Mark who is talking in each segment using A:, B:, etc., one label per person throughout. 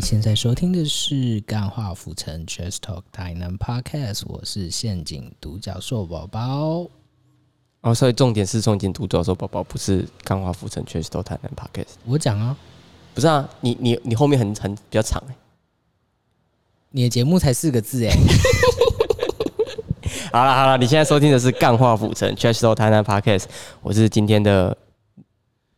A: 现在收听的是《干话浮城 Chess Talk 台南 Podcast》，我是陷阱独角兽宝宝。
B: 哦，所以重点是重点独角兽宝宝，不是钢化浮城全石头台南 podcast。
A: 我讲啊，
B: 不是啊，你你你后面很很比较长哎、
A: 你的节目才四个字 哎、
B: 好了好了，你现在收听的是钢化浮城全石头台南 podcast，我是今天的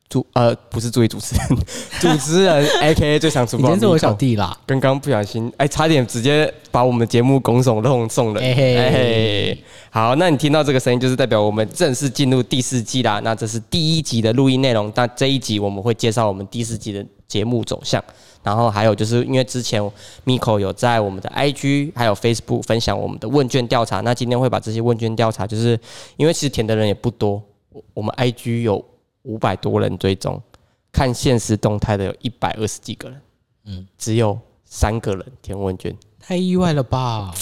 B: 主呃不是助理主持人， 主持人 A K A 最常出
A: 你
B: 包。
A: 真是我小。弟啦。
B: 刚刚不小心，哎、差点直接把我们节目拱手弄中了。
A: 嘿
B: 哎、
A: 嘿
B: 好，那你听到这个声音，就是代表我们正式进入第四季啦。那这是第一集的录音内容，那这一集我们会介绍我们第四季的节目走向，然后还有就是因为之前 Miko 有在我们的 IG 还有 Facebook 分享我们的问卷调查，那今天会把这些问卷调查，就是因为其实填的人也不多，我我们 IG 有五百多人追踪，看现实动态的有一百二十几个人。只有三个人填问卷，
A: 太意外了吧？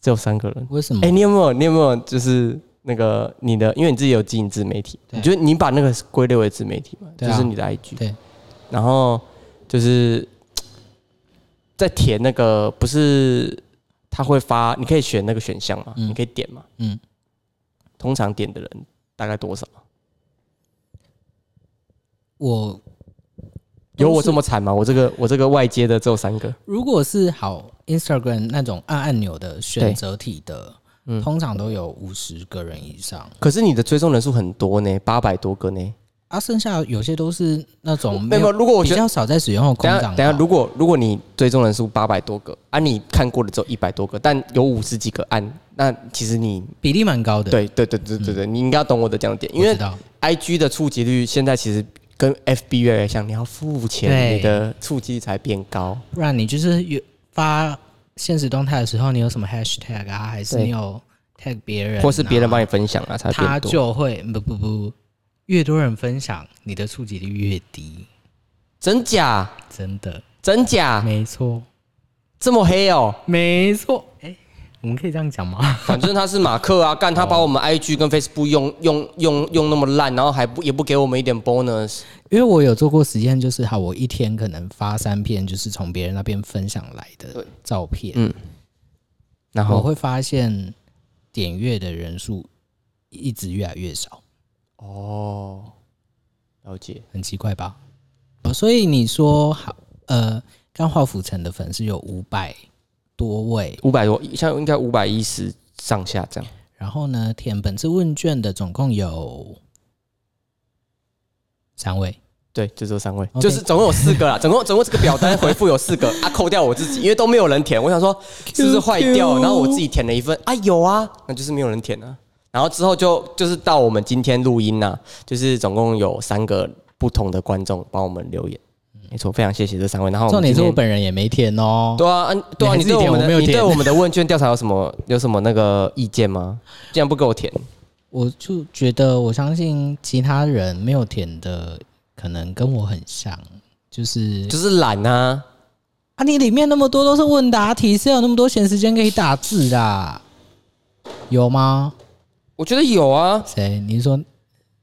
B: 只有三个人。
A: 为什么？
B: 哎、你有没有？你有没有？就是那个你的，因为你自己有经营自媒体，
A: 对
B: 你觉得你把那个归类为自媒体嘛？
A: 对
B: 就
A: 啊
B: 是你的 IG。
A: 对。
B: 然后就是在填那个，不是他会发，你可以选那个选项嘛？
A: 嗯
B: 你可以点嘛？
A: 嗯，
B: 通常点的人大概多少？
A: 我
B: 有我这么惨吗？我这个我这个外接的只有三个。
A: 如果是好 Instagram 那种按按钮的选择题的，
B: 嗯
A: 通常都有五十个人以上，
B: 可是你的追踪人数很多呢，八百多个呢。
A: 啊，剩下有些都是那种
B: 没
A: 没
B: 有，
A: 有
B: 如果我
A: 比
B: 觉得。
A: 较少在使用的空
B: 等一下，
A: 档吧。
B: 等一下，如果如果你追踪人数八百多个啊，你看过的只有一百多个，
A: 嗯
B: 但有五十几个案，那其实你
A: 比例蛮高的，
B: 对对对对对对，你应该要懂我的讲点，
A: 嗯我
B: 因
A: 知
B: 为
A: 道，
B: I G 的触及率现在其实跟 F B 越来越像，你要付钱，
A: 对
B: 你的触及率才变高。
A: 不然你就是有发现实动态的时候，你有什么 hashtag 啊，还是
B: 对
A: 你有 tag 别人啊、
B: 或是别人帮你分享啊，才
A: 他
B: 变多。
A: 就会不不不，越多人分享，你的触及率越低，
B: 真假？
A: 真的，
B: 真假？
A: 没错，
B: 这么 黑哦、
A: 没错，哎、我们可以这样讲吗？
B: 反正他是马克啊，干他把我
A: 哦
B: 们 I G 跟 Facebook 用用用用那么烂，然后还不也不给我们一点 bonus。
A: 因为我有做过实验，就是好，我一天可能发三篇，就是从别人那边分享来的
B: 对
A: 照片，
B: 嗯然
A: 我
B: 后
A: 会发现点阅的人数一直越来越少，
B: 哦，了解。
A: 很奇怪吧？哦，所以你说好，呃，刚化浮城的粉丝有五百多位，
B: 五百多，像应该五百一十上下这样。
A: 然后呢，填本次问卷的总共有三位，
B: 对，就这三位
A: OK
B: 就是总共有四 个啦，总共总共这个表单回复有四个啊，扣掉我自己，因为都没有人填，我想说是不是坏掉了，然后我自己填了一份啊，有啊，那就是没有人填啊。然后之后就就是到我们今天录音呐、啊就是总共有三个不同的观众帮我们留言，没错，非常谢谢这三位。然后我
A: 嗯重
B: 们
A: 点是
B: 今
A: 我
B: 天
A: 本人也没填哦。
B: 对啊，啊对啊，
A: 你还
B: 你
A: 自己
B: 对我
A: 填
B: 们
A: 我没
B: 的
A: 有
B: 你对
A: 填
B: 我们的问卷调查有什么有什么那个意见吗？竟然不给我填，
A: 我就觉得，我相信其他人没有填的，可能跟我很像，就是
B: 就是懒啊。
A: 啊，你里面那么多都是问答题，谁有那么多闲时间可以打字啊啦？有吗？
B: 我觉得有啊，
A: 谁？你是说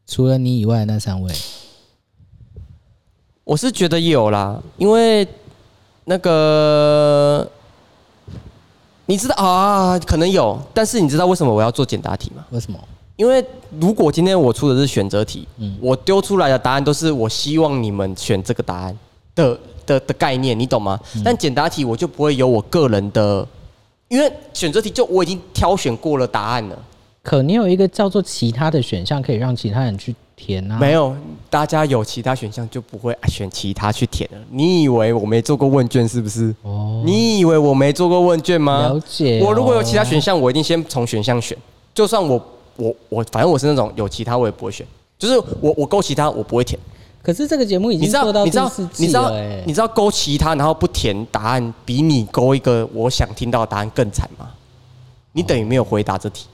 A: 除了你以外的那三位？
B: 我是觉得有啦，因为那个你知道啊，可能有，但是你知道为什么我要做简答题吗？
A: 为什么？
B: 因为如果今天我出的是选择题，
A: 嗯
B: 我丢出来的答案都是我希望你们选这个答案嗯的的的概念，你懂吗？但简答题我就不会有我个人的，因为选择题就我已经挑选过了答案了，
A: 可你有一个叫做其他的选项，可以让其他人去填啊。
B: 没有，大家有其他选项就不会选其他去填了。你以为我没做过问卷是不是？
A: 哦，
B: 你以为我没做过问卷吗
A: 了？解哦、
B: 我如果有其他选项，我一定先从选项选。就算我我我，反正我是那种有其他我也不会选，就是我我勾其他我不会填。
A: 可是这个节目已
B: 你
A: 经
B: 知道
A: 做到第
B: 你知道
A: 四
B: 你
A: 季
B: 知
A: 了、
B: 道
A: 欸，
B: 你知道勾其他然后不填答案，比你勾一个我想听到的答案更惨吗？你等于没有回答这题。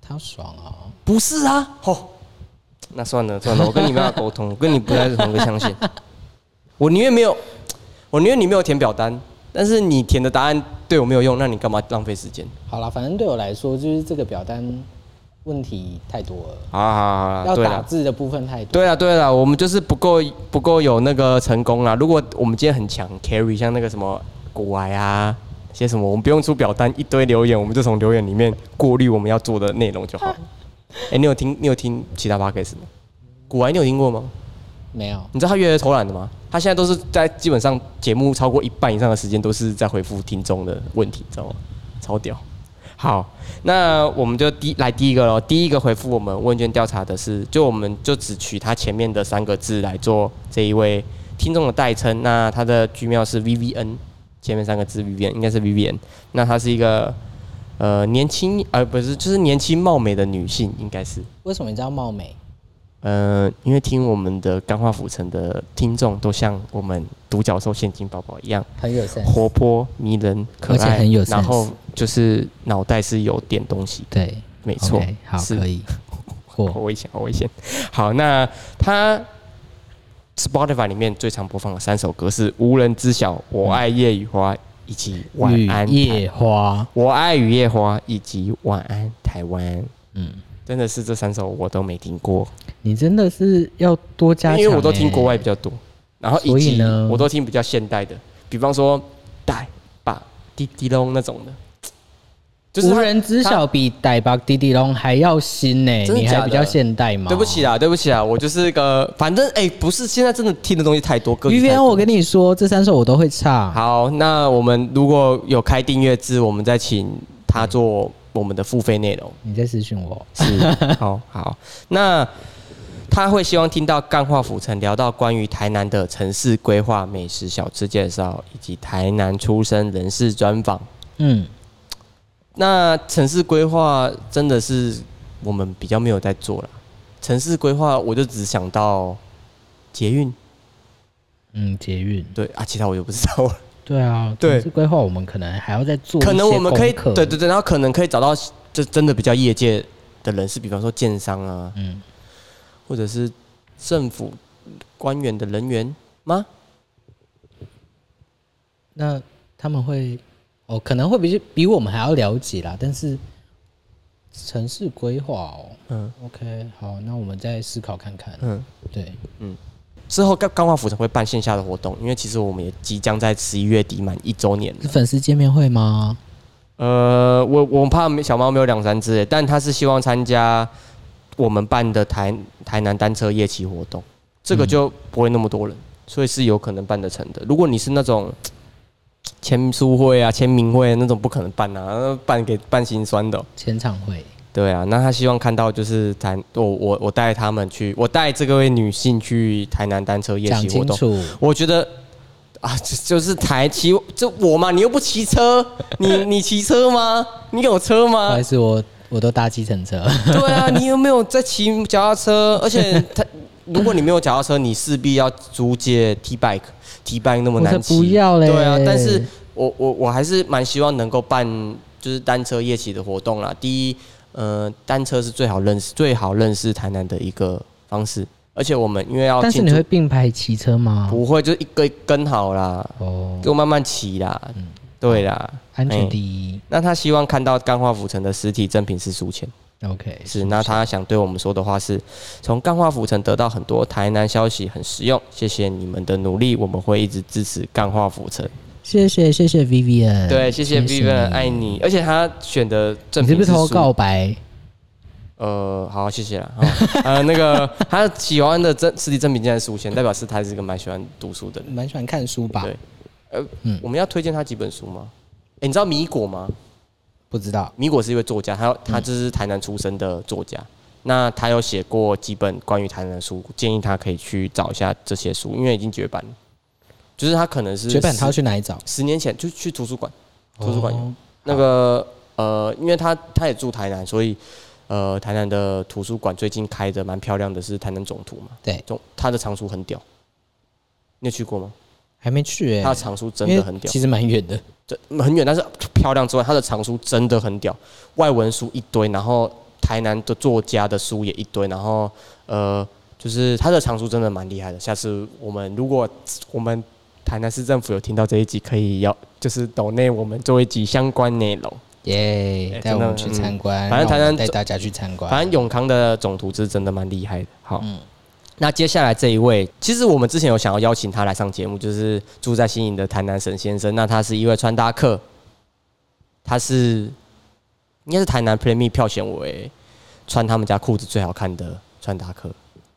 A: 他爽啊！
B: 不是啊，吼、那算了算了，我跟你没办法沟通， 我跟你不在同一个象限。我宁愿没有，我宁愿你没有填表单，但是你填的答案对我没有用，那你干嘛浪费时间？
A: 好啦，反正对我来说，就是这个表单问题太多了，
B: 好啊好啊好啊
A: 要
B: 对
A: 打
B: 了。
A: 字的部分太多。
B: 对了对了，我们就是不够不够有那个成功啊啦。如果我们今天很强 carry，像那个什么古癌啊，些什么，我们不用出表单，一堆留言，我们就从留言里面过滤我们要做的内容 就好。哎、你有听你有听其他 podcast 吗？古癌你有听过吗？
A: 没有，
B: 你知道他越来越偷懒的吗？他现在都是在基本上节目超过一半以上的时间都是在回复听众的问题，知道吗？超屌。好，那我们就第来第一个喽。第一个回复我们问卷调查的是，就我们就只取他前面的三个字来做这一位听众的代称。那他的 Gmail 是 VVN，前面三个字 VVN 应该是 VVN。那她是一个呃年轻呃不是就是年轻貌美的女性，应该是。
A: 为什么你知道貌美？
B: 呃，因为听我们的钢化浮城的听众都像我们独角兽现金宝宝一样，
A: 很有 sense。
B: 活泼迷人、可
A: 而且
B: 爱，
A: 很有
B: 然后
A: sense
B: 就是脑袋是有点东西，
A: 对，
B: 没错
A: OK，好，
B: 是
A: 可 以。
B: 好
A: 或
B: 危险，好危险。好，那他 Spotify 里面最常播放的三首歌是《无人知晓》《我爱夜雨花》以及《晚
A: 雨
B: 安台
A: 夜花，
B: 我爱雨夜花》以及《晚安台湾》。
A: 嗯，
B: 真的是这三首我都没听过。
A: 你真的是要多加强欸、
B: 因为我都听国外比较多，然后以
A: 所以
B: 及
A: 呢
B: 我都听比较现代的，比方说带把滴滴隆那种的，就是
A: 无
B: 他
A: 人知晓比傣巴迪迪龙还要新呢、
B: 真的
A: 你
B: 假
A: 还
B: 的
A: 比较现代吗？
B: 对不起啦，对不起啦，我就是个反正哎、不是现在真的听的东西太多，歌曲太
A: v v
B: 多
A: n 我跟你说，这三首我都会唱。
B: 好，那我们如果有开订阅制，我们再请他做我们的付费内容。
A: 你在私讯我，
B: 是，好好。那他会希望听到干化府城聊到关于台南的城市规划、美食小吃介绍，以及台南出生人士专访。
A: 嗯，
B: 那城市规划真的是我们比较没有在做了。城市规划，我就只想到捷运，
A: 嗯，捷运，
B: 对啊，其他我就不知道了。
A: 对啊，
B: 对
A: 这规划我们可能还要再做一些功课，
B: 可能我们可以，对对对，然后可能可以找到这真的比较业界的人士，比方说建商啊，
A: 嗯，
B: 或者是政府官员的人员吗？
A: 那他们会，哦，可能会比比我们还要了解啦，但是城市规划哦
B: 嗯
A: ，OK，好，那我们再思考看看，
B: 嗯，
A: 对，
B: 之后钢钢化府城会办线下的活动，因为其实我们也即将在十一月底满一周年了
A: 是。粉丝见面会吗？
B: 呃，我我怕没小猫没有两三只耶，但他是希望参加我们办的台台南单车夜骑活动，这个就不会那么多人，所以是有可能办得成的。如果你是那种嘖签书会啊、签名会那种，不可能办啊，呃办给办心酸的哦、
A: 前场会，
B: 对啊，那他希望看到就是台，我我我带他们去，我带这位女性去台南单车夜
A: 讲
B: 骑活
A: 清
B: 动，
A: 楚，
B: 我呃觉得啊，就就是台骑就我嘛，你又不骑车，你你骑车吗？你有车
A: 不好
B: 吗
A: 意？思，我我都搭计程车，
B: 对啊，你有没有在骑脚踏车？而且他，如果你没有脚踏车，你势必要租借 T bike。T bike 那么难
A: 我才
B: 骑，
A: 不要嘞
B: 对啊，但是我我我还是蛮希望能够办就是单车夜骑的活动啦。第一，呃，单车是最好认识最好认识台南的一个方式，而且我们因为要
A: 但是
B: 庆
A: 你
B: 祝
A: 会并排骑车吗？
B: 哦不会就一根一根好啦，
A: 哦，
B: 给我慢慢骑啦。对啦，
A: 嗯安全
B: 哎
A: 第一
B: 那他希望看到钢化浮城的实体正品是书签，
A: ，OK，
B: 是那他想对我们说的话是：从钢化浮城得到很多台南消息，很实用。谢谢你们的努力，我们会一直支持钢化浮城。
A: 谢谢谢谢 Vivian，
B: 对，谢谢
A: 嗯
B: Vivian，哎
A: 你
B: 爱你。而且他选的正
A: 你是
B: 品
A: 不是偷
B: 书
A: 告白？
B: 呃，好，谢谢啦。哦、 呃，那个他喜欢的正实体正品竟然是书签，代表是他是一个蛮喜欢读书的人。
A: 蛮喜欢看书吧？
B: 对
A: 嗯
B: 我们要推荐他几本书吗？诶你知道米果吗？
A: 不知道，
B: 米果是一位作家，他
A: 嗯
B: 他就是台南出生的作家。那他有写过几本关于台南的书，建议他可以去找一下这些书，因为已经绝版了。就是他可能是
A: 绝版他要
B: 十
A: 去哪里找？
B: 十年前就去图书馆，图书馆有、
A: 哦
B: 那个呃，因为他他也住台南，所以呃，台南的图书馆最近开的蛮漂亮的是台南总图嘛，
A: 对，
B: 总他的藏书很屌，你有去过吗？
A: 还没去哎，
B: 他的藏书真
A: 因为
B: 的很屌，
A: 其实蛮远的。
B: 这很远，但是漂亮之外，它的藏书真的很屌，外文书一堆，然后台南的作家的书也一堆，然后呃，就是它的藏书真的蛮厉害的。下次我们如果我们台南市政府有听到这一集，可以要就是抖内我们做一集相关内容，
A: 耶，
B: 哎
A: 带我们
B: 真
A: 去
B: 的
A: 参观，
B: 嗯反正
A: 让我
B: 台
A: 们
B: 南
A: 带大家去参观，
B: 反正永康的总图是真的蛮厉害的。好，
A: 嗯
B: 那接下来这一位，其实我们之前有想要邀请他来上节目，就是住在新营的台南沈先生。那他是一位穿搭客，他是应该是台南 Play Me 票选为穿他们家裤子最好看的穿搭客，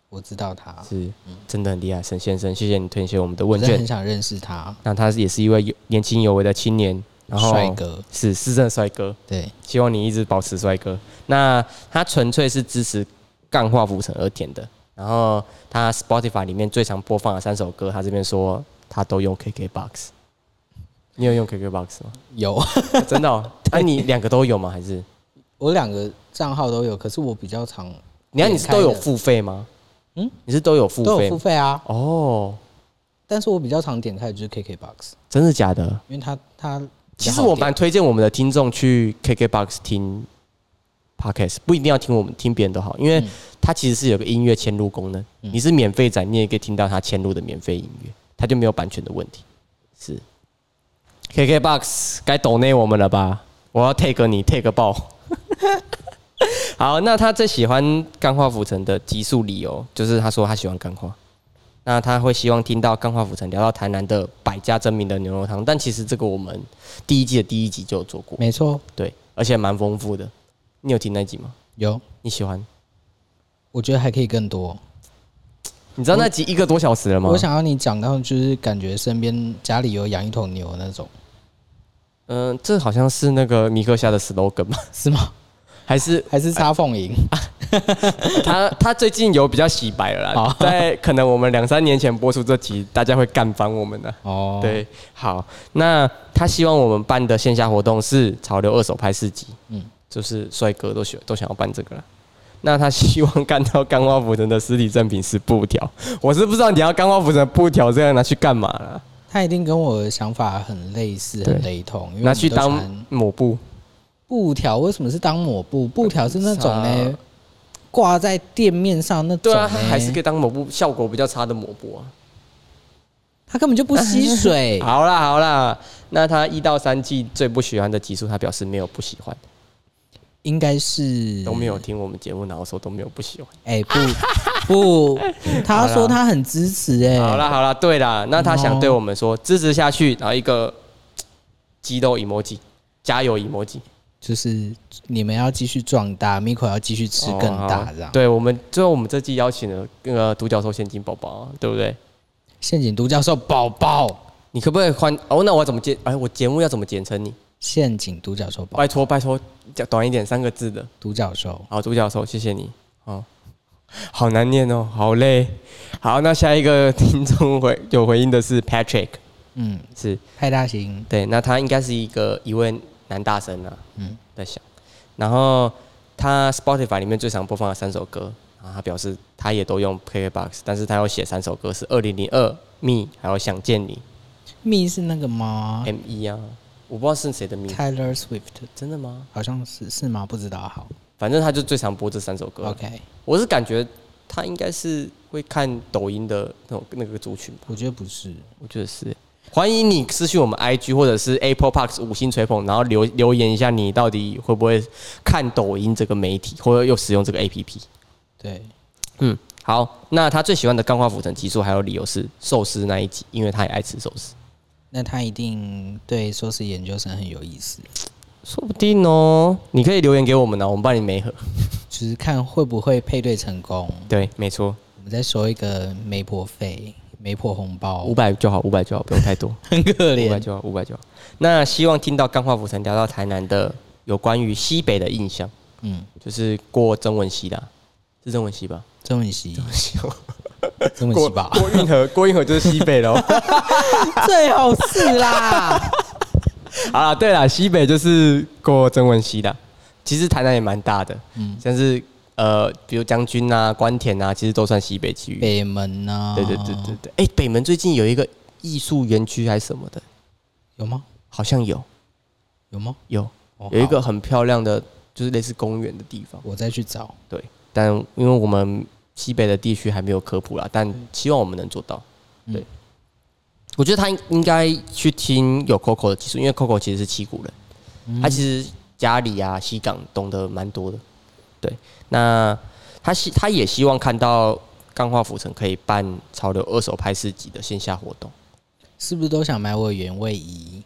A: 我知道他，
B: 是真的很厉害。沈先生，谢谢你推荐我们的
A: 我
B: 问
A: 真的
B: 卷
A: 很。想认识他，
B: 那他也是一位有年轻有为的青年，然后
A: 帅哥，
B: 是是真的帅哥。
A: 对，
B: 希望你一直保持帅哥。那他纯粹是支持干化浮尘而点的。然后他 Spotify 里面最常播放的三首歌，他这边说他都用 KKBox。你有用 KKBox 吗？
A: 有
B: 真的、哦？那、你两个都有吗？还是
A: 我两个账号都有，可是我比较常
B: 你看你是都有付费吗？
A: 嗯
B: 嗯，你是都有付
A: 都
B: 费
A: 有付
B: 吗？
A: 费啊，
B: 哦，
A: 但是我比较常点开的就是 KKBOX，
B: 真的假的？
A: 因为他他
B: 其实我蛮推荐我们的听众去 KKBox 听 podcast，不一定要听我们听别人都好，因为它其实是有个音乐嵌入功能，你是免费仔，你也可以听到它嵌入的免费音乐，它就没有版权的问题。是 KKBox 该抖内我们了吧？我要 take 你 take 爆。好，那他最喜欢钢化浮尘的极速理由，就是他说他喜欢钢化。那他会希望听到钢化浮尘聊到台南的百家争鸣的牛肉汤，但其实这个我们第一季的第一集就有做过，
A: 没错
B: 对，而且蛮丰富的。你有听那集吗？
A: 有，
B: 你喜欢？
A: 我觉得还可以更多。
B: 你知道那集一个多小时了吗？
A: 我，想要你讲到就是感觉身边家里有养一头牛那 种，
B: 嗯、这好像是那个米克夏的 slogan 吧？
A: 是吗？
B: 还是
A: 还是插凤营？
B: 他他最近有比较洗白了啦
A: 好？
B: 在可能我们两三年前播出这集，大家会干翻我们的。
A: 哦，，
B: 哎对，好，那他希望我们办的线下活动是潮流二手拍市集，
A: 嗯
B: 嗯，就是帅哥都喜都想要办这个了。那他希望干到干花浮尘的实体正品是布条，我是不知道你要干花浮尘的布条这样拿去干嘛了，
A: 他一定跟我的想法很类似，
B: 对
A: 很雷同。因为
B: 拿去
A: 我们都
B: 当呃
A: 喜欢
B: 抹布，
A: 布条，为什么是当抹布？布条是那种呢
B: 啥，
A: 挂在店面上那种
B: 啊对啊，
A: 呢，
B: 它还是可以当抹布，效果比较差的抹布啊。
A: 它根本就不吸 水。
B: 好啦好啦，那他一到三季最不喜欢的集数，他表示没有不喜欢，
A: 应该是
B: 都没有听我们节目，然后说都没有不喜欢。
A: 哎、 不不，他说他很支持哎、
B: 好啦好啦，对啦，那他想对我们说支持下去，然后一个嘖肌肉 emoji，加油 emoji，
A: 就是你们要继续壮大，Miko 要继续吃更
B: 哦
A: 大
B: 好
A: 这样。
B: 对我们最后我们这季邀请了那个独角兽现金宝宝，对不对？
A: 陷阱独角兽宝宝，
B: 你可不可以换？哦，那我要怎么简？哎，我节目要怎么简称你？
A: 陷阱独角兽宝
B: 拜托拜托，讲短一点，三个字的。
A: 独角兽，
B: 好，独角兽，谢谢你。哦，好难念哦，好累。好，那下一个听众回有回应的是 Patrick，
A: 嗯，
B: 是
A: 派大星，
B: 对，那他应该是一个一位男大生啊，嗯，在想，然后他 Spotify 里面最常播放的三首歌，然后他表示他也都用 KKBox，但是他要写三首歌是二零零二 Me，还有想见你
A: 蜜是那个吗
B: M E 啊，我不知道是谁的 Me，
A: ？Taylor Swift
B: 真的吗？
A: 好像是是吗？不知道，好
B: 反正他就最常播这三首歌。
A: ，OK，
B: 我是感觉他应该是会看抖音的那种那个族群吧，
A: 我觉得不是，
B: 我觉得是。欢迎你私讯我们 IG 或者是 Apple Parks 五星吹捧，然后留留言一下你到底会不会看抖音这个媒体，或者又使用这个 APP。
A: 对，
B: 嗯，好，那他最喜欢的钢化浮尘集数还有理由是寿司那一集，因为他也爱吃寿司，
A: 那他一定对硕士研究生很有意思，
B: 说不定哦。你可以留言给我们啊呢，我们帮你媒合。
A: 只是看会不会配对成功。
B: 对，没错，
A: 我们再收一个媒婆费、媒婆红包
B: 五，百就好，五百就好，不用太多。
A: 很可
B: 五百
A: 怜。
B: 九，五百九。那希望听到钢化浮尘聊到台南的有关于西北的印象，
A: 嗯，
B: 就是过曾文溪啦，是曾文溪吧？
A: 曾文熙，曾文熙吧，
B: 啊郭运河，郭运河就是西北哦 喽。
A: 最好是啦。
B: 好啦，啊对啦，西北就是过曾文溪的。啊其实台南也蛮大的，嗯，像是呃，比如将军啊、关田啊，其实都算西北区域。
A: 北门啊呐、
B: 对对对对，对。哎、北门最近有一个艺术园区还是什么的，
A: 有吗？
B: 好像有
A: 有吗？
B: 有
A: 哦
B: 有一
A: 好
B: 个很漂亮的，就是类似公园的地方。
A: 我再去找。
B: 对，但因为我们西北的地区还没有科普啦，但希望我们能做到。对，
A: 嗯
B: 我觉得他应应该去听有 Coco 的技术，因为 Coco 其实是七股人，他其实嘉里啊、西港懂得蛮多的。对，那他希他也希望看到钢化府城可以办潮流二手拍市集的线下活动。
A: 是不是都想买我的原味衣？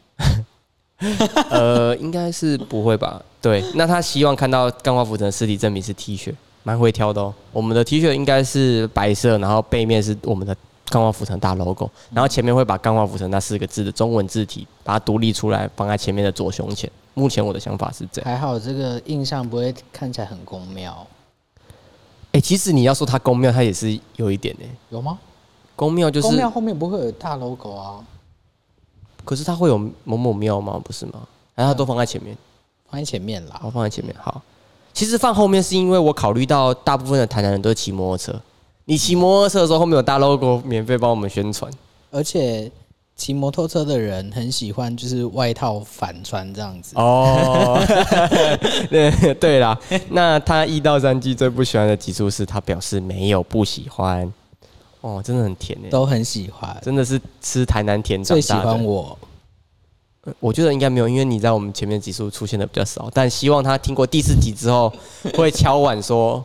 B: 呃，应该是不会吧？对，那他希望看到钢化浮城的尸体证明是 T 恤，蛮会挑的哦。我们的 T 恤应该是白色，然后背面是我们的钢化浮城大 logo，然后前面会把钢化浮城那四个字的中文字体把它独立出来，放在前面的左胸前。目前我的想法是这样。
A: 还好这个印象不会看起来很宫庙，
B: 哎、其实你要说它公庙，它也是有一点呢、
A: 有吗？
B: 公庙就是
A: 宫，庙后面不会有大 logo 啊，
B: 可是它会有某某庙吗？不是吗？然后它都放在前面。
A: 放在前面啦。
B: 好，放在前面。好，其实放后面是因为我考虑到大部分的台南人都是骑摩托车，你骑摩托车的时候后面有大 logo 免费帮我们宣传，
A: 而且骑摩托车的人很喜欢，就是外套反穿这样子。
B: 哦， 对对啦，那他一到三季最不喜欢的集数是他表示没有不喜欢，哦，真的很甜诶、
A: 都很喜欢，
B: 真的是吃台南甜长
A: 最喜
B: 大的
A: 欢。我。
B: 我觉得应该没有，因为你在我们前面集数出现的比较少，但希望他听过第四集之后会敲碗说，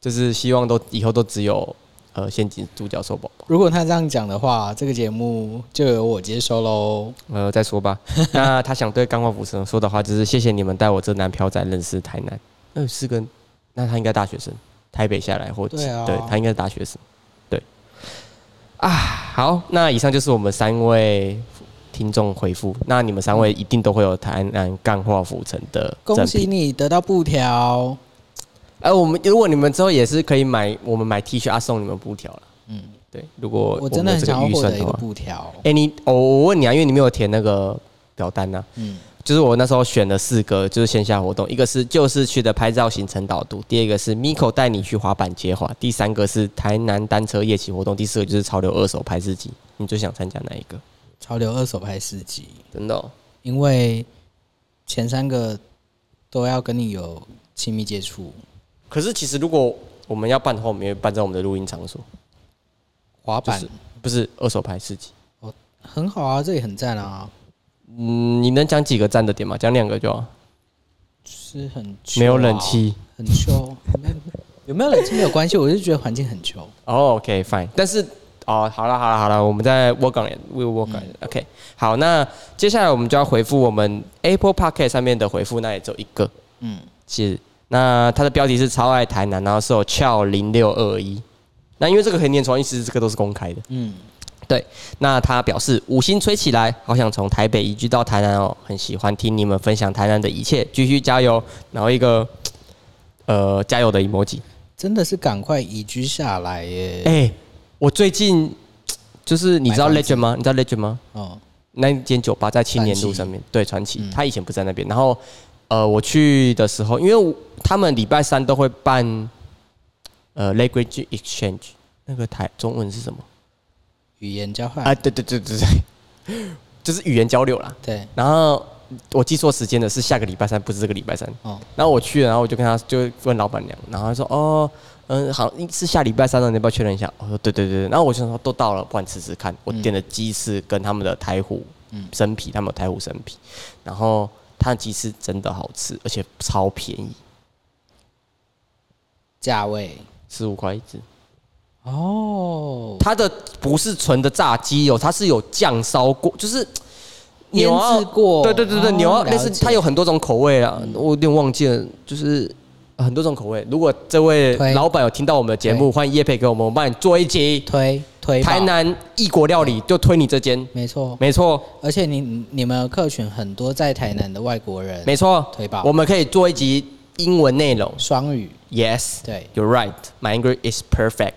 B: 就是希望都以后都只有呃现金独角兽宝宝。
A: 如果他这样讲的话，这个节目就由我接收喽。
B: 呃，再说 吧。那他想对钢化浮生说的话，就是谢谢你们带我这南漂仔认识台南。那、是个，那他应该大学生，台北下来或
A: 对啊
B: 他应该是大学生。对啊，好，那以上就是我们三位听众回复。那你们三位一定都会有台南钢化浮城的
A: 恭
B: 赠
A: 喜
B: 品。
A: 你得到布条，
B: 哎、我们如果你们之后也是可以买，我们买 T 恤啊送你们布条了。
A: 嗯
B: 嗯，对，如果
A: 我真的很想要
B: 我们有
A: 获
B: 这个预算
A: 得一
B: 的
A: 个
B: 话，
A: 布条。
B: 哎、你哦，我问你啊，因为你没有填那个表单呐、
A: 嗯，
B: 就是我那时候选了四个，就是线下活动，一个是旧市区的拍照行程导读，第二个是 Miko 带你去滑板接滑，第三个是台南单车夜骑活动，第四个就是潮流二手拍市集。你最想参加哪一个？
A: 潮流二手拍市集，
B: 真的、
A: 因为前三个都要跟你有亲密接触。
B: 可是其实如果我们要办的话，我们也会办在我们的录音场所，
A: 滑板、
B: 就是不是二手拍市集。
A: 很好啊，这里很赞啊，
B: 嗯，你能讲几个站的点吗？讲两个就好。
A: 就是很、啊
B: 没有冷，气。
A: 很秋。没有有没有冷气没有关系，我就觉得环境很秋。
B: 哦、o k fine。但是哦，好了好了好了，我们在 work on it，we work on it、OK，好，那接下来我们就要回复我们 Apple p o c k e t 上面的回复，那也只有一个，
A: 嗯，
B: 是那它的标题是“超爱台南”，然后是有 Chow 零六二一。那因为这个可以念出来，因为其实这个都是公开的。
A: 嗯，
B: 那他表示五星吹起来，好想从台北移居到台南哦，很喜欢听你们分享台南的一切，继续加油。然后一个呃加油的 emoji。
A: 真的是赶快移居下来耶。
B: 哎、我最近就是你知道
A: 买
B: Legend 吗？你知道 Legend 吗？
A: 哦，
B: 那间酒吧在青年
A: 传
B: 路
A: 奇
B: 上面，对，传奇
A: 嗯，
B: 他以前不在那边。然后呃，我去的时候，因为我他们礼拜三都会办呃 language exchange，那个台中文是什么
A: 语言交换、
B: 啊？对对对对对， 就是语言交流啦。
A: 对，
B: 然后我记错时间的是下个礼拜三，不是这个礼拜三。
A: 哦，
B: 然后我去了，然后我就跟他就问老板娘，然后他说哦，嗯，好是下礼拜三的，你要不要确认一下？我说对对对，对然后我就想说都到了，不然吃吃看。我点了鸡翅跟他们的台虎
A: 嗯
B: 生啤，他们有台虎生啤，然后他的鸡翅真的好吃，而且超便宜，
A: 价位
B: 十五块一只。
A: 哦，
B: 它的不是纯的炸鸡哦，它是有酱烧过，就是
A: 腌
B: 牛要
A: 制过
B: 对对对对，
A: 哦
B: 牛要
A: 了
B: 类似
A: 解嗯
B: 它有很多种口味啊，我有点忘记了，就是呃很多种口味。如果这位
A: 推
B: 老板有听到我们的节目，欢迎叶佩给我们，我帮你做一集
A: 推推爆哦
B: 台，南异国料理，就推你这间，
A: 没错，
B: 没错
A: 而且你你们的客群很多在台南的外国人，
B: 没错，
A: 推爆
B: 我们可以做一集英文内容
A: 双语，
B: ，Yes。
A: 对
B: You're right, my English is perfect.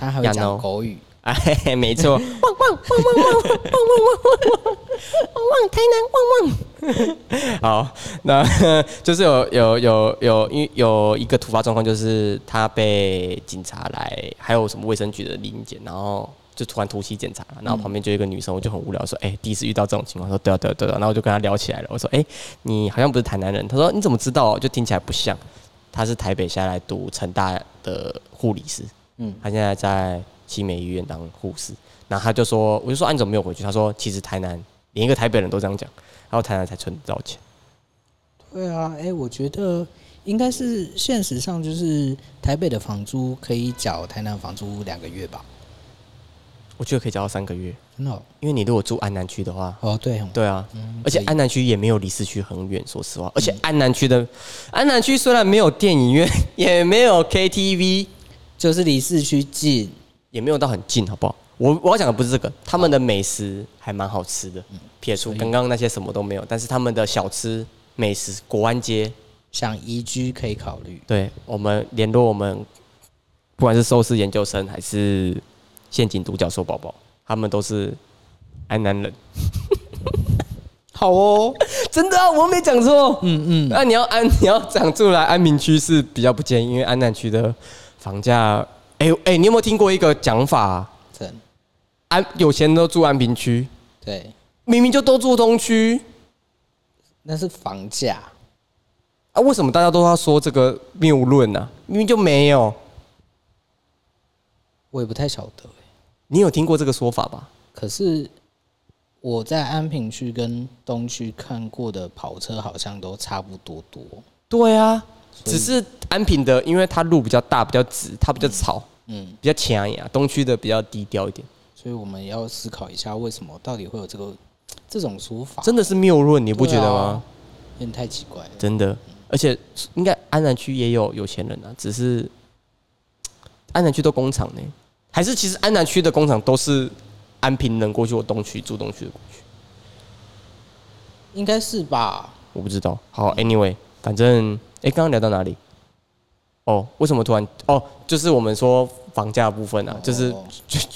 A: 他还会
B: 亚
A: 讲
B: 诺
A: 狗语，
B: 哎，嘿嘿没错，旺旺旺旺旺旺旺旺旺旺旺旺台南旺旺。 好，那就是有有有有因为有一个突发状况，就是他被警察来，还有什么卫生局的临检，然后就突然突袭检查，然后旁边就有一个女生，我就很无聊说，哎、第一次遇到这种情况，说对啊对啊对啊，然后我就跟他聊起来了，我说，哎、你好像不是台南人，他说你怎么知道？就听起来不像，他是台北下来读成大的护理师。
A: 嗯，
B: 他现在在奇美医院当护士。然后他就说，我就说、啊、你怎么没有回去？他说其实台南连一个台北人都这样讲，然后台南才存得到钱。
A: 对啊，哎、我觉得应该是现实上就是台北的房租可以缴台南房租两个月吧？
B: 我觉得可以交到三个月，
A: 真的哦？
B: 因为你如果住安南区的话，
A: 哦，对哦，
B: 对啊，
A: 嗯
B: 而且
A: 可以嗯
B: 安南区也没有离市区很远，说实话，而且安南区的安南区虽然没有电影院， 也没有 KTV，
A: 就是离市区近，
B: 也没有到很近，好不好？我我要讲的不是这个，他们的美食还蛮好吃的，
A: 嗯
B: 撇除刚刚那些什么都没有，但是他们的小吃美食国安街，
A: 想移居可以考虑。
B: 对我们联络我们，不管是寿司研究生还是陷阱独角兽宝宝，他们都是安南人，
A: 好哦，
B: 真的、啊，我没讲错。啊
A: 嗯嗯，
B: 那你要安， 你要讲出来，安民区是比较不建议，因为安南区的房价，哎、哎、你有没有听过一个讲法、
A: 真
B: 安有钱人都住安平区，
A: 对，
B: 明明就都住东区
A: 那是房价，
B: 啊，为什么大家都要说这个谬论呢？明明就没有，
A: 我也不太晓得欸、
B: 你有听过这个说法吧？
A: 可是我在安平区跟东区看过的跑车好像都差不多多，
B: 对啊，
A: 所以
B: 只是安平的，因为它路比较大，比较直，它比较吵，
A: 嗯，
B: 比较强呀。啊东区的比较低调一点，
A: 所以我们要思考一下，为什么到底会有这个这种说法？啊
B: 真的是谬论，你不觉得吗？
A: 有点太奇怪了。
B: 真的，而且应该安南区也有有钱人啊，只是嘖安南区都工厂呢，还是其实安南区的工厂都是安平人过去或东区住东区的过去，
A: 应该是吧？
B: 我不知道。好，anyway，反正哎，刚、刚聊到哪里？哦，为什么突然？哦，就是我们说房价的部分啊，就是
A: 哦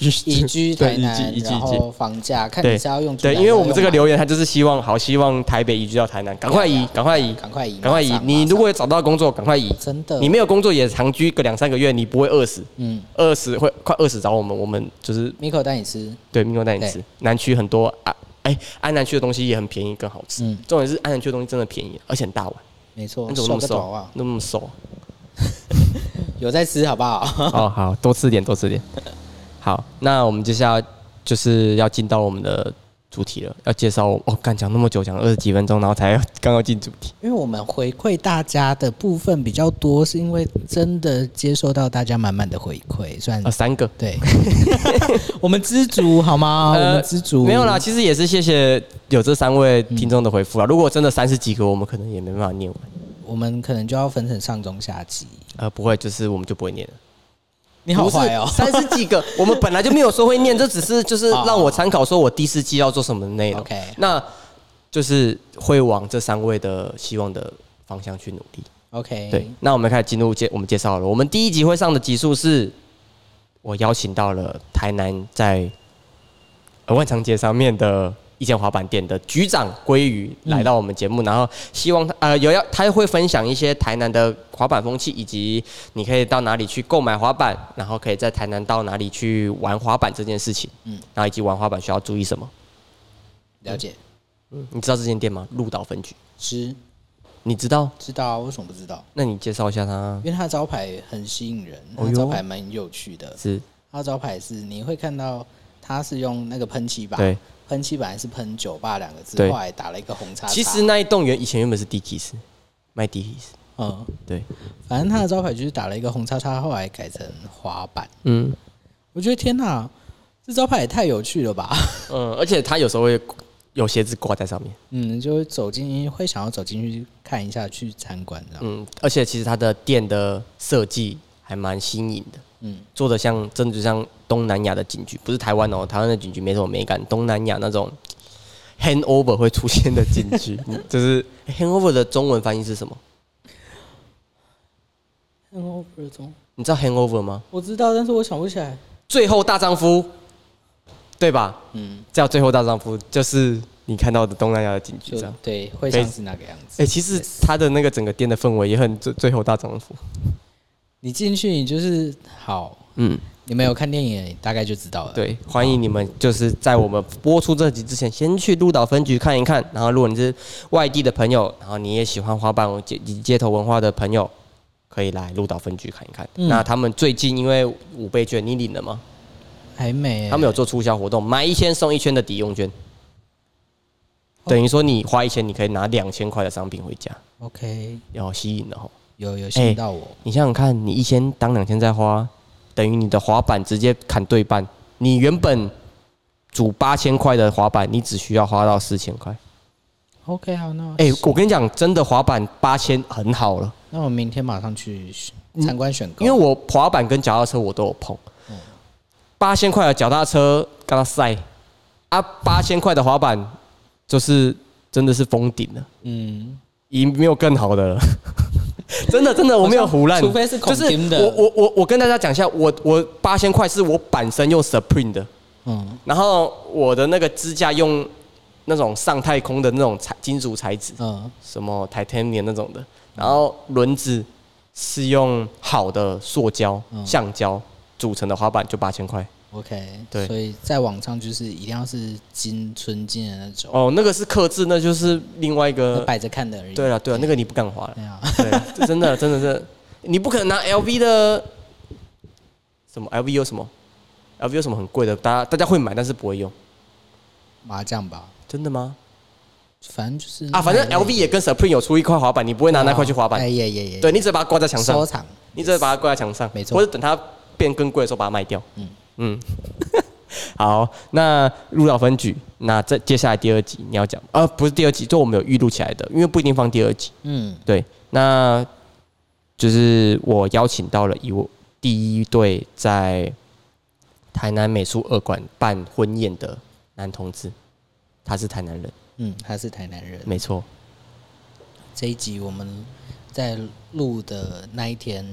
B: 移
A: 移 居台南，
B: 移居移居
A: 然后房价看
B: 对
A: 你是要用住
B: 对，
A: 宅
B: 因为我们这个
A: 还是要用啊
B: 留言，他就是希望好，希望台北移居到台南，赶快移，赶快移
A: 啊买，赶快移，
B: 赶快移
A: 马。上
B: 你
A: 马上
B: 如果有找到工作，赶快移。
A: 真的
B: 你没有工作也长居个两三个月，你不会饿死。
A: 嗯
B: 饿死会快饿死找我们，我们就是
A: ，Miko 带你吃，
B: 对命中带你吃
A: 对。
B: 南区很多啊，哎、安南区的东西也很便宜，更好吃。
A: 嗯
B: 重点是安南区的东西真的便宜，而且很大碗。
A: 没错
B: 你，怎么
A: 手
B: 那么
A: 个
B: 瘦
A: 头啊？
B: 那么瘦？
A: 有在吃好不好？
B: 哦，好多吃点，多吃点。 好，那我们接下来就是要进到我们的主题了，要介绍我哦，干讲那么久，讲二十几分钟，然后才 刚要进主题。
A: 因为我们回馈大家的部分比较多，是因为真的接收到大家满满的回馈，虽然
B: 啊，三个。
A: 对， 我们知足好吗？啊我们知足，
B: 呃没有啦，，其实也是谢谢有这三位听众的回
A: 嗯
B: 复啦。啊如果真的三十几个，我们可能也没办法念完。
A: 我们可能就要分成上中下集。
B: 呃，不会，就是我们就不会念了。
A: 你好坏哦， 啊
B: 三十几个，我们本来就没有说会念，这只是就是让我参考，说我第四季要做什么内容。
A: OK
B: 那就是会往这三位的希望的方向去努力。
A: OK，
B: 对，那我们开始进入介我们介绍了，我们第一集会上的集数是，我邀请到了台南在呃万长街上面的。一间滑板店的局长鲑鱼来到我们节目，然后希望他呃有要他会分享一些台南的滑板风气，以及你可以到哪里去购买滑板，然后可以在台南到哪里去玩滑板这件事情，嗯
A: 嗯，
B: 然后以及玩滑板需要注意什么。
A: 了解，
B: 嗯，你知道这间店吗？鹿岛分局，
A: 知
B: 你知道？
A: 知道啊为什么不知道？
B: 那你介绍一下他
A: 因为它的招牌很吸引人，它
B: 哦
A: 的
B: 哟
A: 招牌蛮有趣的。
B: 是
A: 它的招牌是你会看到它是用那个喷漆吧，
B: 对。
A: 喷漆本来是喷酒吧两个字
B: 对，
A: 后来打了一个红叉叉。
B: 其实那一栋原以前原本是 Dickies，卖 Dickies。
A: 嗯，
B: 对，
A: 反正它的招牌就是打了一个红叉叉，后来改成滑板。
B: 嗯
A: 我觉得天哪，这招牌也太有趣了吧！
B: 嗯，而且他有时候会有鞋子挂在上面。
A: 嗯，就会走进会想要走进去看一下，去参观，这样。
B: 嗯，而且其实他的店的设计还蛮新颖的，
A: 嗯，
B: 做的像真的就像东南亚的警局，不是台湾哦，台湾的警局没什么美感，东南亚那种 handover 会出现的警局，嗯就是欸 handover 的中文翻译是什么？
A: 然后耳中
B: 你知道 handover 吗？
A: 我知道，但是我想不起来。
B: 最后大丈夫，对吧？
A: 嗯，
B: 叫最后大丈夫，就是你看到的东南亚的警局
A: 就
B: 这样。
A: 对，会像是那个样子
B: 哎、。其实他的那个整个店的氛围也很最最后大丈夫。
A: 你进去，你就是好，
B: 嗯，
A: 你们有看电影，大概就知道了。，
B: 对，欢迎你们就是在我们播出这集之前，先去鹿岛分局看一看。然后，如果你是外地的朋友，然后你也喜欢滑板街以及街头文化的朋友，可以来鹿岛分局看一看。
A: 嗯
B: 那他们最近因为五倍券你领了吗？
A: 还美、
B: 他们有做促销活动，买一千送一千的抵用券，等于说你花一千，你可以拿两千块的商品回家。
A: OK，
B: 有吸引的吼。
A: 有有吸引到我，
B: 你想想看，你一千当两千再花，等于你的滑板直接砍对半。你原本组八千块的滑板，你只需要花到四千块。
A: OK，好，那我
B: 哎、我跟你讲，真的滑板八千很好了，
A: 那我明天马上去参观选购，
B: 嗯因为我滑板跟脚踏车我都有碰。八千块的脚踏车跟它塞，啊，八千块的滑板就是真的是封顶了，
A: 嗯，
B: 已经没有更好的了。 真的真的，我没有胡乱，
A: 除非是
B: 就
A: 孔
B: 是
A: 金的，
B: 我我我我跟大家讲一下，我我八千块是我板身用 Supreme 的，
A: 嗯
B: 然后我的那个支架用那种上太空的那种材金属材质，
A: 嗯
B: 什么 titanium 那种的，然后轮子是用好的塑胶、
A: 嗯
B: 橡胶组成的滑板，就八千块。
A: ，OK，
B: 对
A: 所以在网上就是一定要是金纯金的那种，
B: 哦，那个是克制，那就是另外一
A: 那嗯
B: 个。
A: 摆着看的而已。
B: 呃对了对了，那个你不敢滑了
A: 对。啊，
B: 对，真的真的是，你不可能拿 LV 的什么 LV 有什么 LV 有什么很贵的，大家大家会买，但是不会用，
A: 麻将吧，
B: 真的吗？
A: 反正就是
B: 啊，反正 LV 也跟 Supreme 有出一块滑板，你不会拿那块去
A: 嗯
B: 滑
A: 哎
B: 板，
A: 耶耶耶，
B: 对你只把它挂在墙
A: 收
B: 上，
A: 藏，
B: 你只把它挂在墙上，
A: 没错
B: 或者等它变更贵的时候把它卖掉。
A: 嗯
B: 嗯嗯， 好，那入到分局，那这接下来第二集你要讲，呃，不是第二集，就我们有预录起来的，因为不一定放第二集。
A: 嗯
B: 对，那就是我邀请到了以我第一对在台南美术二馆办婚宴的男同志，他是台南人，
A: 嗯，他是台南人。
B: 没错，
A: 这一集我们在录的那一天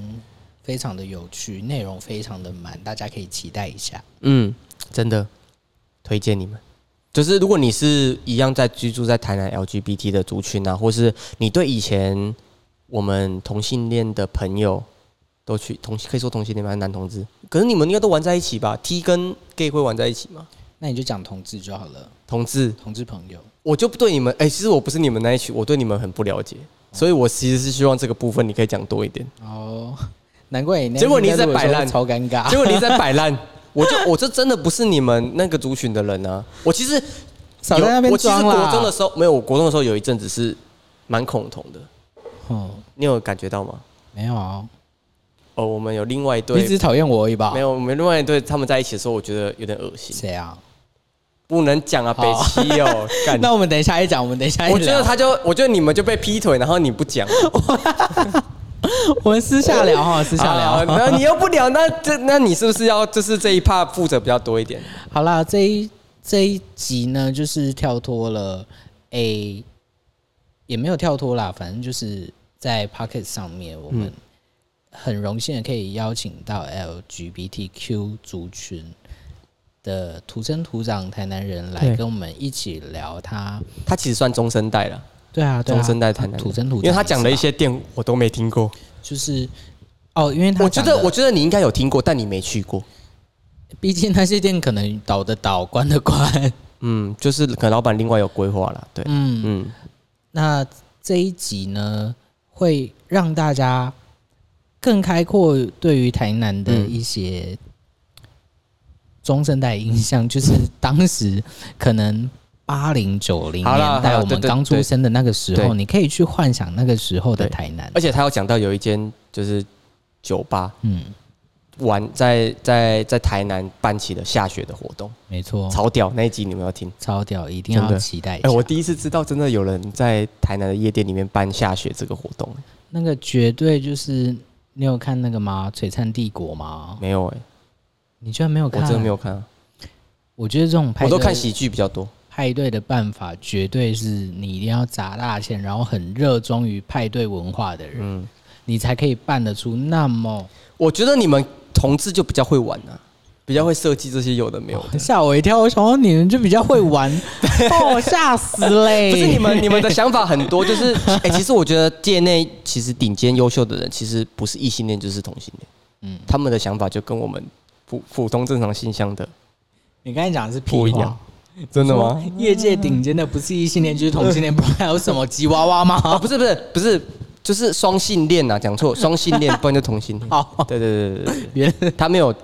A: 非常的有趣，内容非常的满，大家可以期待一下。
B: 嗯，真的推荐你们。就是如果你是一样在居住在台南 LGBT 的族群啊，或是你对以前我们同性恋的朋友都去同可以说同性恋吗？还是男同志？可是你们应该都玩在一起吧？T 跟 gay 会玩在一起吗？
A: 那你就讲同志就好了，
B: 同志
A: 同志朋友。
B: 我就不对你们，哎、其实我不是你们那一群，我对你们很不了解，所以我其实是希望这个部分你可以讲多一 点。
A: 哦，难怪你那
B: 结果你在
A: 在
B: 摆烂
A: 超尴尬。
B: 结果你在摆烂，我就我这真的不是你们那个族群的人啊。我其实有
A: 少在那边
B: 我其实
A: 装啦
B: 国中的时候没有，我国中的时候有一阵子是蛮恐同的，
A: 嗯，
B: 你有感觉到吗？
A: 没有啊，
B: 哦，我们有另外一
A: 你只
B: 对，
A: 是讨厌我而已吧？
B: 没有，我们另外一对他们在一起的时候，我觉得有点恶心，
A: 谁啊？
B: 不能讲啊，北
A: 好
B: 西哦， 干。
A: 那我们等一下一讲，我们等一下一
B: 我觉得
A: 聊
B: 他就，我觉得你们就被劈腿，然后你不讲，
A: 我们私下聊哈，私下
B: 啊
A: 聊。
B: 然后你又不聊，那这那你是不是要就是这一 part 负责比较多一点？
A: 好啦，这一这一集呢，就是跳脱了诶、也没有跳脱啦，反正就是在 Pocket 上面，我
B: 嗯
A: 们很荣幸的可以邀请到 LGBTQ 族群的土生土长台南人来
B: 对
A: 跟我们一起聊他。
B: 他其实算中生代了，
A: 对啊，对啊
B: 中生代台南人，
A: 土生土长，
B: 因为他讲了一些店我都没听过。
A: 啊就是哦，因为他
B: 我觉
A: 讲
B: 得
A: 的
B: 我觉得你应该有听过，但你没去过。
A: 毕竟那些店可能倒的倒，关的关，
B: 嗯，就是可能老板另外有规划了，对，
A: 嗯。
B: 嗯，
A: 那这一集呢，会让大家更开阔对于台南的一些中生代印象，就是当时可能八零九零
B: 好啦
A: 年代
B: 好啦
A: 我们
B: 对对
A: 刚出生的那个时候，
B: 对
A: 你可以去幻想那个时候的
B: 对
A: 台南
B: 而。且他有讲到有一间就是酒吧
A: 嗯，
B: 玩在在在台南办起的下雪的活动，
A: 没错，
B: 超屌那一集你们要听。
A: 超屌，一定
B: 真
A: 要
B: 的
A: 期哦待一下。
B: 哎、我第一次知道真的有人在台南的夜店里面办下雪这个活动，
A: 那个绝对就是。你有看那个吗？《璀璨帝国》吗？
B: 没有哎、
A: 你居然没有
B: 我
A: 看？
B: 真的没有看、啊，
A: 我觉得这种派
B: 我都
A: 对
B: 看喜剧比较多。
A: 派对的办法绝对是你一定要砸大钱，然后很热衷于派对文化的人，
B: 嗯，
A: 你才可以办得出那么。
B: 我觉得你们同志就比较会玩啊，比较会设计这些有的没有的。
A: 吓我一跳，我想说你们就比较会 玩，把我吓死嘞！
B: 不是你们，你们的想法很 多，就是哎、其实我觉得界内其实顶尖优秀的人，其实不是异性恋就是同性恋，
A: 嗯
B: 嗯，他们的想法就跟我们普普通正常性向的
A: 你刚才讲的是
B: 不
A: 屁
B: 一
A: 话
B: 样，真的吗？？
A: 业界顶尖的不是异性恋就是同性恋，不然还有什么吉娃娃
B: 啊，
A: 吗？
B: 不是不是不是，就是双性恋呐、啊，讲错，双 性恋，不然就同性恋。
A: 好，
B: 对对对对对
A: 哦原
B: 对，他没有，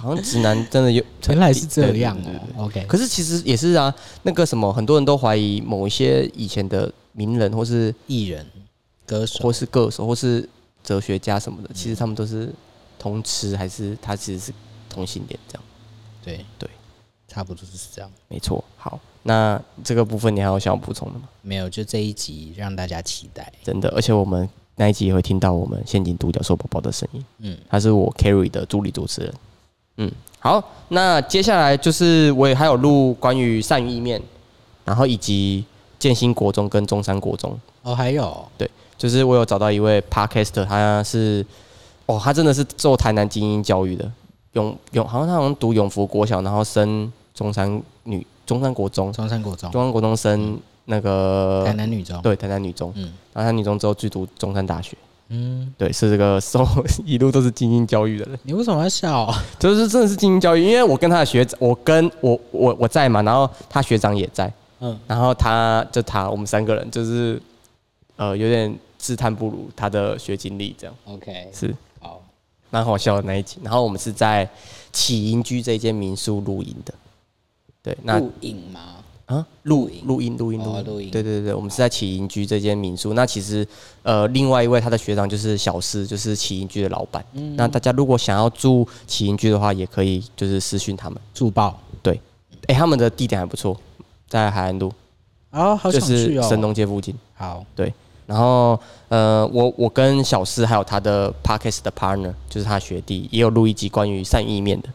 B: 好像直男真的有，
A: 原来是这样
B: 对对对对
A: 哦。OK，
B: 可是其实也是啊，那个什么，很多人都怀疑某一些以前的名人或是
A: 艺人歌手，
B: 或是歌手，或是哲学家什么的，其实他们都是同吃，还是他其实是同性恋这样。
A: 对
B: 对，
A: 差不多就是这样。
B: 没错，好，那这个部分你还有想要补充的吗？
A: 没有，就这一集让大家期待。
B: 真的，而且我们那一集也会听到我们现金独角兽宝宝的声音，
A: 嗯，
B: 他是我 carry 的助理主持人。嗯，好，那接下来就是我也还有录关于鳝鱼意面，然后以及建新国中跟中山国中，
A: 哦，还有，
B: 就是我有找到一位 podcaster，他是哦，他真的是做台南精英教育的，永永好像他好像读永福国小，然后升中山女中山国中，
A: 中山国中、
B: 中山国中升那个
A: 台南女中，
B: 对台南女中，
A: 嗯
B: 然后他女中之后去读中山大学，
A: 嗯，
B: 对，是这个受 一路都是精英教育的人，
A: 你为什么要笑？
B: 就是真的是精英教育，因为我跟他的学长，我跟我我我在嘛，然后他学长也在，
A: 嗯，
B: 然后他就他我们三个人就是呃有点自叹不如他的学经历这样。
A: OK，
B: 是
A: 好，
B: 蛮好笑的那一集。然后我们是在起营居这间民宿露营的，对，那
A: 录影吗？
B: 啊
A: 露营
B: 录音录音
A: 哦
B: 录
A: 露
B: 音，
A: 营
B: 对对对，我们是在起营居这间民宿。那其实呃，另外一位他的学长就是小施，就是起营居的老板。
A: 嗯
B: 那大家如果想要住起营居的话，也可以就是私讯他们。
A: 助报
B: 对，哎、他们的地点还不错，在海岸路，
A: 哦，好
B: 就
A: 想去
B: 是
A: 哦。
B: 神农街附近。
A: 好，
B: 对，然后呃，我我跟小诗还有他的 Parkes 的 partner，就是他学弟，也有录一集关于鳝鱼意面的。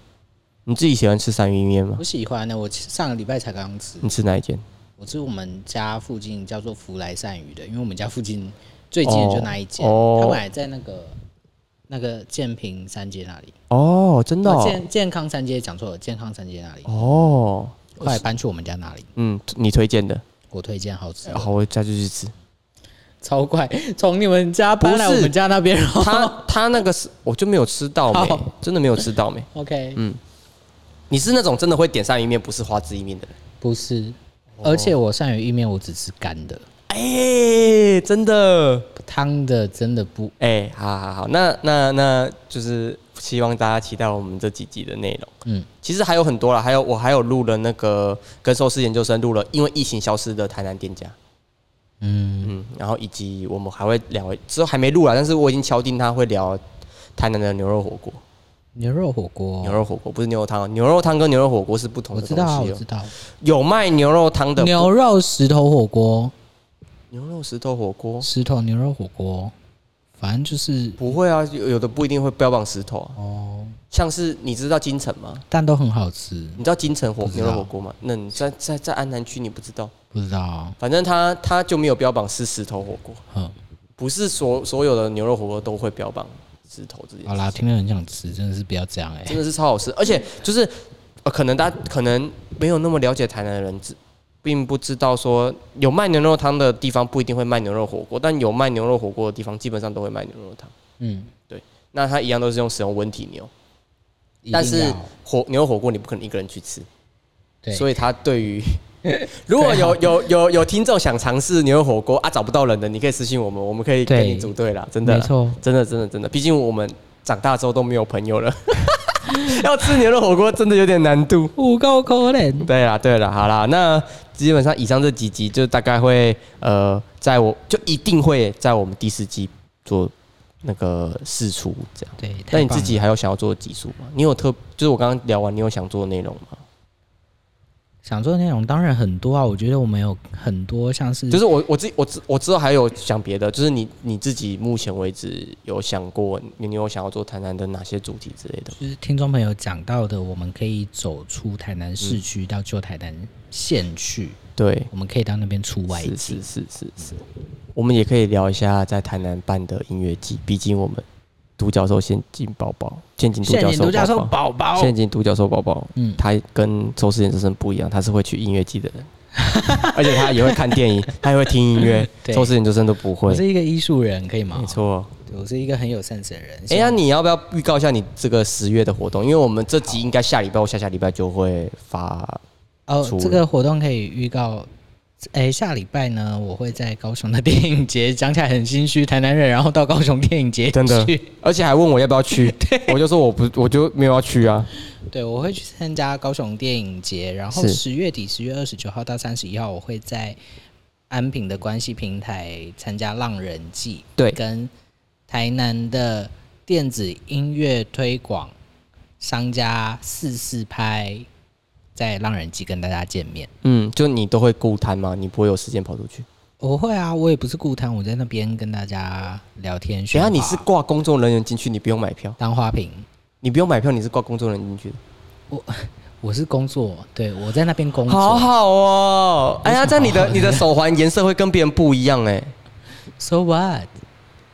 B: 你自己喜欢吃鳝鱼意面吗
A: 我？喜欢的，我上个礼拜才刚吃，
B: 你吃哪一间？
A: 我吃我们家附近叫做福来鳝鱼的，因为我们家附近最近的就那一间，
B: 哦哦
A: 他本来在那个那个建平三街那里，
B: 哦，真的
A: 哦、
B: 哦，
A: 健健康三街讲错了，健康三街那里，
B: 哦
A: 后来搬去我们家那里，
B: 嗯，你推荐的，
A: 我推荐好吃，
B: 好，我下次去吃。
A: 超快，从你们家搬来
B: 不
A: 我
B: 是
A: 们家那边，然后
B: 他他那个是，我就没有吃到没
A: 好，
B: 真的没有吃到没。
A: OK，
B: 你是那种真的会点鳝鱼面，不是花枝意面的人。
A: 不是，
B: 哦
A: 而且我鳝鱼意面我只吃干的，
B: 哎、真的，
A: 汤的真的不
B: 哎、好好好，那那那就是希望大家期待我们这几集的内容。
A: 嗯
B: 其实还有很多啦，还有我还有录了那个跟寿司研究生录了，因为疫情消失的台南店家，
A: 嗯
B: 嗯，然后以及我们还会聊，之后还没录啦，但是我已经敲定他会聊台南的牛肉火锅，
A: 牛肉火锅，
B: 牛肉火锅不是牛肉汤哦，牛肉汤跟牛肉火锅是不
A: 哦
B: 同
A: 我
B: 的
A: 知
B: 东
A: 道啊，
B: 西
A: 我
B: 哦
A: 知。道，
B: 有卖牛肉汤的
A: 牛肉石头火锅。
B: 牛肉石头火锅，
A: 石头牛肉火锅，反正就是
B: 不会啊，有有的不一定会标榜石头啊，
A: 哦，
B: 像是你知道金城吗？
A: 但都很好吃。
B: 你知道金城火
A: 不知
B: 牛
A: 道
B: 肉火锅吗？那你在在在安南区你不知道，
A: 不知道，
B: 反正他他就没有标榜是石头火锅。
A: 哼，
B: 不是所所有的牛肉火锅都会标榜石头这件
A: 好
B: 事，
A: 啦，听了很想吃，真的是不要这样哎、
B: 真的是超好吃，而且就是呃，可能大家可能没有那么了解台南的人，知并不知道说有卖牛肉汤的地方不一定会卖牛肉火锅，但有卖牛肉火锅的地方基本上都会卖牛肉汤。
A: 嗯，
B: 那它一样都是用使用温体牛，
A: 一定
B: 但是
A: 要
B: 火牛肉火锅你不可能一个人去吃，
A: 对，啊
B: 所
A: 以
B: 以它 对于如果有有有有听众想尝试牛肉火锅啊找不到人的，你可以私信我们，我们可以跟
A: 对
B: 你组队啦，真的啦
A: 没错，
B: 真的真的真的，毕竟我们长大之后都没有朋友了， 要吃牛肉火锅真的有点难度。
A: 五够可怜。
B: 对啦对啦，好啦，那基本上以上这几集就大概会呃，在我就一定会在我们第四季做那个试出这样。
A: 对，
B: 那
A: 太
B: 你
A: 棒
B: 自
A: 了
B: 己还啊有想要做的集数吗？你有特就是我刚刚聊完，你有想做的内容吗？
A: 想做的内容当然很多啊，我觉得我们有很多像是
B: 就是我我自己我知我知道还有想别的，就是你你自己目前为止有想过你你有想要做谈谈的哪些主题之类的吗？
A: 就是听众朋友讲到的，我们可以走出台南市区到旧台南县去，
B: 对，
A: 我们可以到那边出外
B: 是
A: 景嗯
B: 是。是是是，我们也可以聊一下在台南办的音乐季，毕竟我们独角兽现金宝宝，现金独
A: 陷
B: 角
A: 阱独角兽
B: 兽宝
A: 宝
B: 宝，
A: 宝，
B: 现金独角兽宝宝，
A: 嗯，
B: 他跟周世研先生不一样，他是会去音乐季的 人，而且他也会看电影，他也会听音乐，
A: 对
B: 周世研先生都不
A: 我
B: 会。
A: 是一个艺术人，可以吗？
B: 没，错，
A: 我是一个很有 sense 的人。
B: 哎、那你要不要预告一下你这个十月的活动？因为我们这集应该下礼拜或下下礼拜就会发。
A: 哦
B: 除，
A: 这个活动可以预告。哎，下礼拜呢，我会在高雄的电影节，讲起来很心虚，台南人，然后到高雄电影节
B: 哎真的
A: 去
B: 而且还问我要不要 去，我就说我不，我就没有要去啊。
A: 对，我会去参加高雄电影节，然后
B: 是
A: 十月底，十月二十九号到三十一号，我会在安平的关系平台参加浪人季，
B: 对
A: 跟台南的电子音乐推广商家四四拍在浪人季跟大家见面。
B: 嗯，就你都会孤摊吗？你不会有时间跑出去？
A: 我会啊，我也不是顾摊，我在那边跟大家聊天。
B: 等一下
A: 炫
B: 哎你
A: 话
B: 是挂工作人员进去，你不用买票，
A: 当花瓶，
B: 你不用买票，你是挂工作人员进去的。
A: 我是工作，对我在那边工作，
B: 好好哦，哎呀，
A: 有什么
B: 这样你
A: 好
B: 的
A: 的
B: 你的手环颜色会跟别人不一样哎、
A: So what？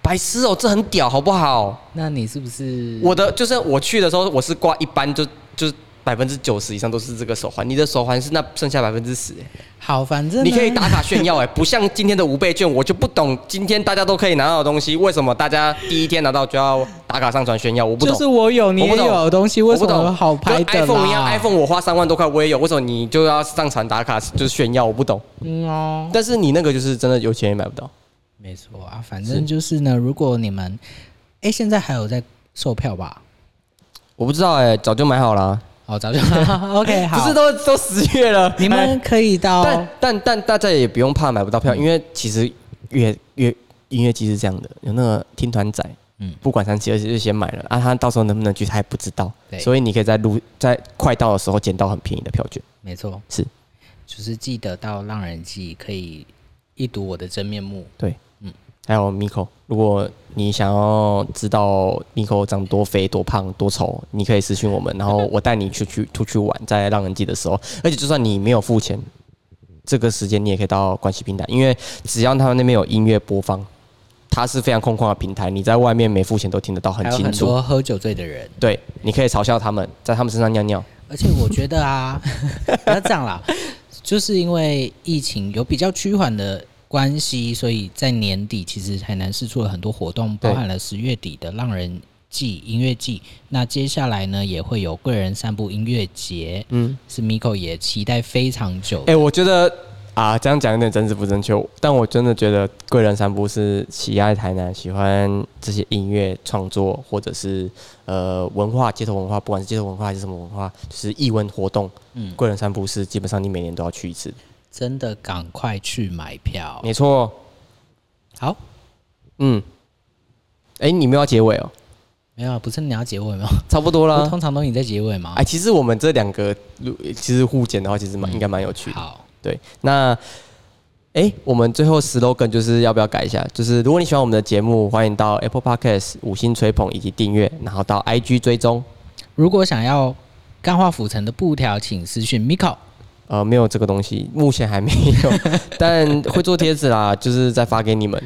B: 白痴哦，这很屌好不好？
A: 那你是不是
B: 我的就是我去的时候，我是挂一般就就是百分之九十以上都是这个手环，你的手环是那剩下百分之十，欸
A: 好？反正呢
B: 你可以打卡炫耀哎、不像今天的五倍券，我就不懂今天大家都可以拿到的东西，为什么大家第一天拿到就要打卡上传炫耀？我不懂。
A: 就是我有你
B: 我
A: 也
B: 不懂
A: 有的东西，为什
B: 我不
A: 么
B: 懂
A: 好拍的
B: 跟
A: 啦
B: iPhone 一样，iPhone 我花三万多块我也有，为什么你就要上传打卡就是炫耀？我不懂。
A: 嗯哦，
B: 但是你那个就是真的有钱也买不到。
A: 没错啊，反正就是呢，如果你们哎、现在还有在售票吧？
B: 我不知道哎、早就买好了、
A: 哦， 早就 OK
B: 不
A: 哎好，
B: 是都都十月了，
A: 你
B: 哎
A: 们可以到
B: 但但但大家也不用怕买不到票，因为其实乐乐音乐季是这样的，有那个听团仔，
A: 嗯
B: 嗯，不管三七二十一就先买了啊，他到时候能不能去他也不知道
A: 对，
B: 所以你可以在路在快到的时候捡到很便宜的票券。
A: 没错，
B: 是
A: 就是记得到浪人记可以一睹我的真面目。嗯
B: 还有 Miko，如果你想要知道 Miko 长多肥、多胖、多丑，你可以私信我们，然后我带你去去出去玩，在浪人季的时候，而且就算你没有付钱，这个时间你也可以到关系平台，因为只要他们那边有音乐播放，它是非常空旷的平台，你在外面没付钱都听得到很
A: 还有
B: 清
A: 很
B: 楚。
A: 多喝酒醉的人，
B: 对，你可以嘲笑他们，在他们身上尿尿。
A: 而且我觉得啊， 不要这样啦，就是因为疫情有比较趋缓的关系，所以在年底其实台南市做了很多活动，
B: 对
A: 包含了十月底的浪人季音乐季，那接下来呢也会有贵人散步音乐节，
B: 嗯，
A: 是 Miko 也期待非常久
B: 哎、。我觉得啊，这样讲有点政治不正确，但我真的觉得贵人散步是喜爱台南、喜欢这些音乐创作，或者是呃文化、街头文化，不管是街头文化还是什么文化，就是艺文活动。
A: 嗯
B: 嗯，贵人散步是基本上你每年都要去一次。
A: 真的赶快去买票。
B: 没错，哦
A: 好，
B: 嗯。哎、你们要结尾哦，
A: 没有啊，不是你要结尾吗？
B: 差不多
A: 不是
B: 啦。
A: 通常都你在结尾吗
B: 啊哎、？其实我们这两个录其实互剪的话，其实蛮应该蛮有趣的。
A: 好，
B: 对，那哎、诶我们最后 slogan 就是要不要改一下？就是如果你喜欢我们的节目，欢迎到 Apple Podcast 五星吹捧以及订阅，然后到 IG 追踪。
A: 如果想要干化府城的布条，请私讯 Miko。
B: 呃，没有这个东西，目前还没有， 但会做贴纸啦，就是再发给你们。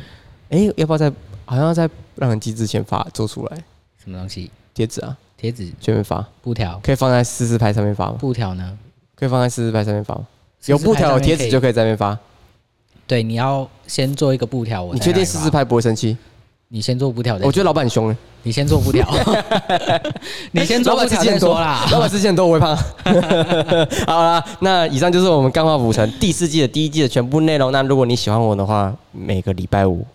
B: 哎、要不要在好像要在让人机之前发做出来
A: 什么东西？
B: 贴纸啊？
A: 贴纸、
B: 全面发，
A: 布条、
B: 可以放在四四拍上面发吗？
A: 布条呢？
B: 可以放在四四拍上面发吗？有布条有贴纸就
A: 可以。
B: 可以在那边发。
A: 对，你要先做一个布条，我
B: 你
A: 再
B: 确定
A: 让
B: 四
A: 发
B: 四？拍不会生气？
A: 你先做布条，
B: 我
A: 我哎
B: 觉得老板很凶哎、
A: 你先做布条， 你先做
B: 哎老
A: 布
B: 板之
A: 条
B: 前
A: 再
B: 多
A: 说啦。
B: 老板之前都我会怕。好啦，那以上就是我们《钢化浮城》第四季的第一季的全部内容。那如果你喜欢我的话，每个礼拜五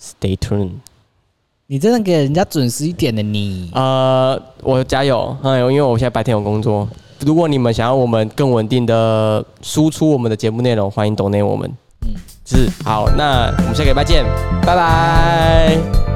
B: stay tuned。
A: 你真的给人家准时一点的你，
B: 呃，我加油，哎呦，因为我现在白天有工作。如果你们想要我们更稳定的输出我们的节目内容，欢迎 donate 我们。嗯，是好，那我们下个礼拜见，拜拜。